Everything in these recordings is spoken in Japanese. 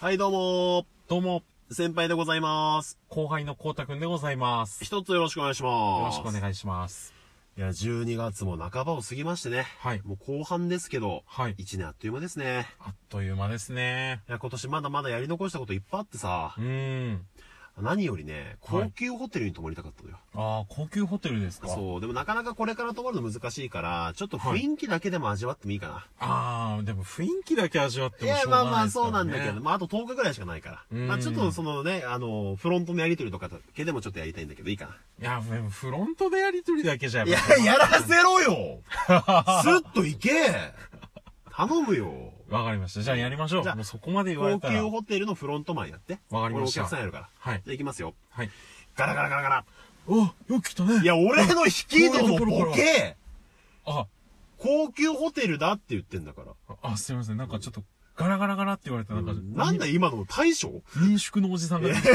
はい、どうもどうも、ー。先輩でございます。後輩のこうたくんでございます。よ一つよろしくお願いします。ろしくおい。願いします。いや、12月も半ばを過ぎましてね。はいもう後半ですけど、はい1年あっという間ですね。あっという間ですね。いや、今年まだまだやり残したこといっぱいあってさう、ーん。何よりね、はい高級ホテルに泊まりたかったのよ。ああ、高級ホテルですかそう、でもなかなかこれから泊まるの難しいから、ちょっと雰囲気だけでも味わってもいいかな。ああ、でも雰囲気だけ味わっていもしや、ょうまあがまないあですかそうらね。なんだけど、まああと10日ぐらいしかないから。うんまあちょっとそのね、あの、フロントのやりとりとかだけでもちょっとやりたいんだけど、いいかな。いや、でもフロントでやりとりだけじゃいややっぱ、やらせろよスッと行け頼むよわかりました。じゃあやりましょう。じゃあもうそこまで言われ高たら。級ホテルのフロントマンやって。わかりました俺お客さんやるから。はいじゃあ行きますよ。はい。ガラガラガラガラ。およく来たね。いや、俺の引き糸のこういうとこボろかケあ、高級ホテルだって言ってんだから。あ、すいません。なんかちょっと、ガラガラガラって言われたなんか、なんだ今の大将 い民宿のおじさんが。いやいや、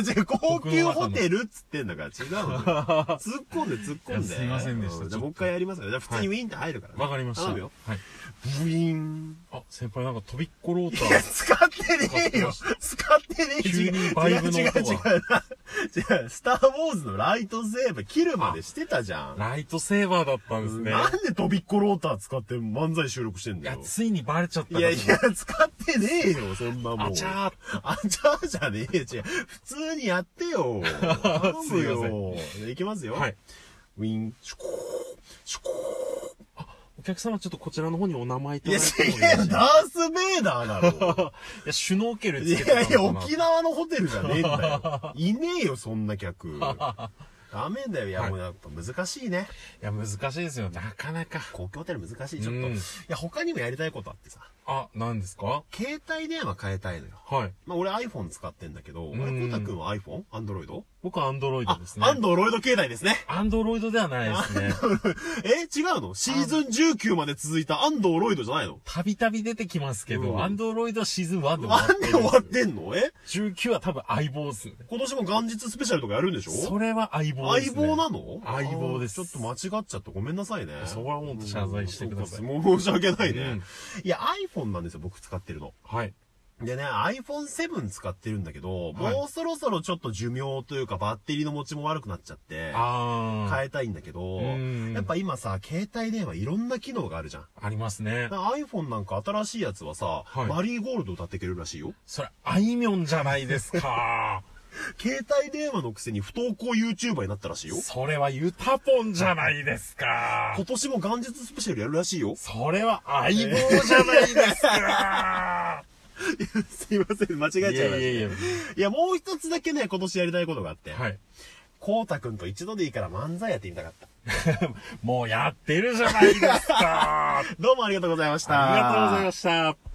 違う、高級ホテルっつってんだから違うのよ突っ込んで突っ込んで。いやすいませんでしたうじちゃあょっともう一回やりますよ。じゃあ普通にウィーンって入るからね。わかりました。頼はむいよ。。ブイーン。あ、先輩なんか飛びっころうといや、使ってねえよ使ってねえよ急にバイブの音違う違う違うが違う違う、スターウォーズのライトセーブ切るまでしてたじゃん。ライトセーバーだったんですね。なんで飛びっこローター使って漫才収録してんいだや、よ。ついにバレちゃったかいとや思っいてや、使ってねえよ、そんなもん。あちゃあちゃーじゃねえよ、違う。普通にやってよ。頼 むよ。いきますよ。はい。。ウィン、シュコー、シュコお客様、ちょっとこちらの方にお名前いー。たいだや、いて違うもいいでよ、すかダース・ベイダーだろ。いや、シュノーケルいつけてやいや、たのかな沖縄のホテルじゃねえん だよ。いねえよ、そんな客。ダメだよ。いや、はいもうやっぱ難しいね。いや、難しいですよ。なかなか。公共ホテル難しい、ちょっと。うんいや、他にもやりたいことあってさ。あ、何ですか携帯電話変えたいのよ。はい。まあ、俺 iPhone 使ってんだけど、ん俺、コタ君は iPhone? アンドロイド僕はアンドロイドあです、ね。アンドロイド携帯 ですね。アンドロイドではないですね。え違うのシーズン19まで続いたアンドロイドじゃないのたびたび出てきますけうんど、アンドロイドはシーズン1で終わっなんでてる終わってんのえ19は多分相棒ですね。今年も元日スペシャルとかやるんでしょそれは相棒です、相ね。棒なの相棒ですあーちょっと間違っちゃってごめんなさいね。そこはもっと謝罪してくださいうんそうかもう申し訳ないね、うんいや、iPhone なんですよ、僕使ってるの。はい。でね、iPhone7 使ってるんだけど、はいもうそろそろちょっと寿命というかバッテリーの持ちも悪くなっちゃって、あー。変えたいんだけど、うんやっぱ今さ、携帯電話いろんな機能があるじゃん。ありますねだ。から iPhone なんか新しいやつはさ、はいマリーゴールド歌ってくれるらしいよ。それ、あいみょんじゃないですか。携帯電話のくせに不登校 YouTuber になったらしいよ。それはユタポンじゃないです か今。年も元日スペシャルやるらしいよ。それは相棒じゃないですか。すいません、間違えちゃいました。 いや。いや、もう一つだけね、今年やりたいことがあって。 はい。こうたくんと一度でいいから漫才やってみたかった。 もうやってるじゃないですか。 どうもありがとうございました。ありがとうございました。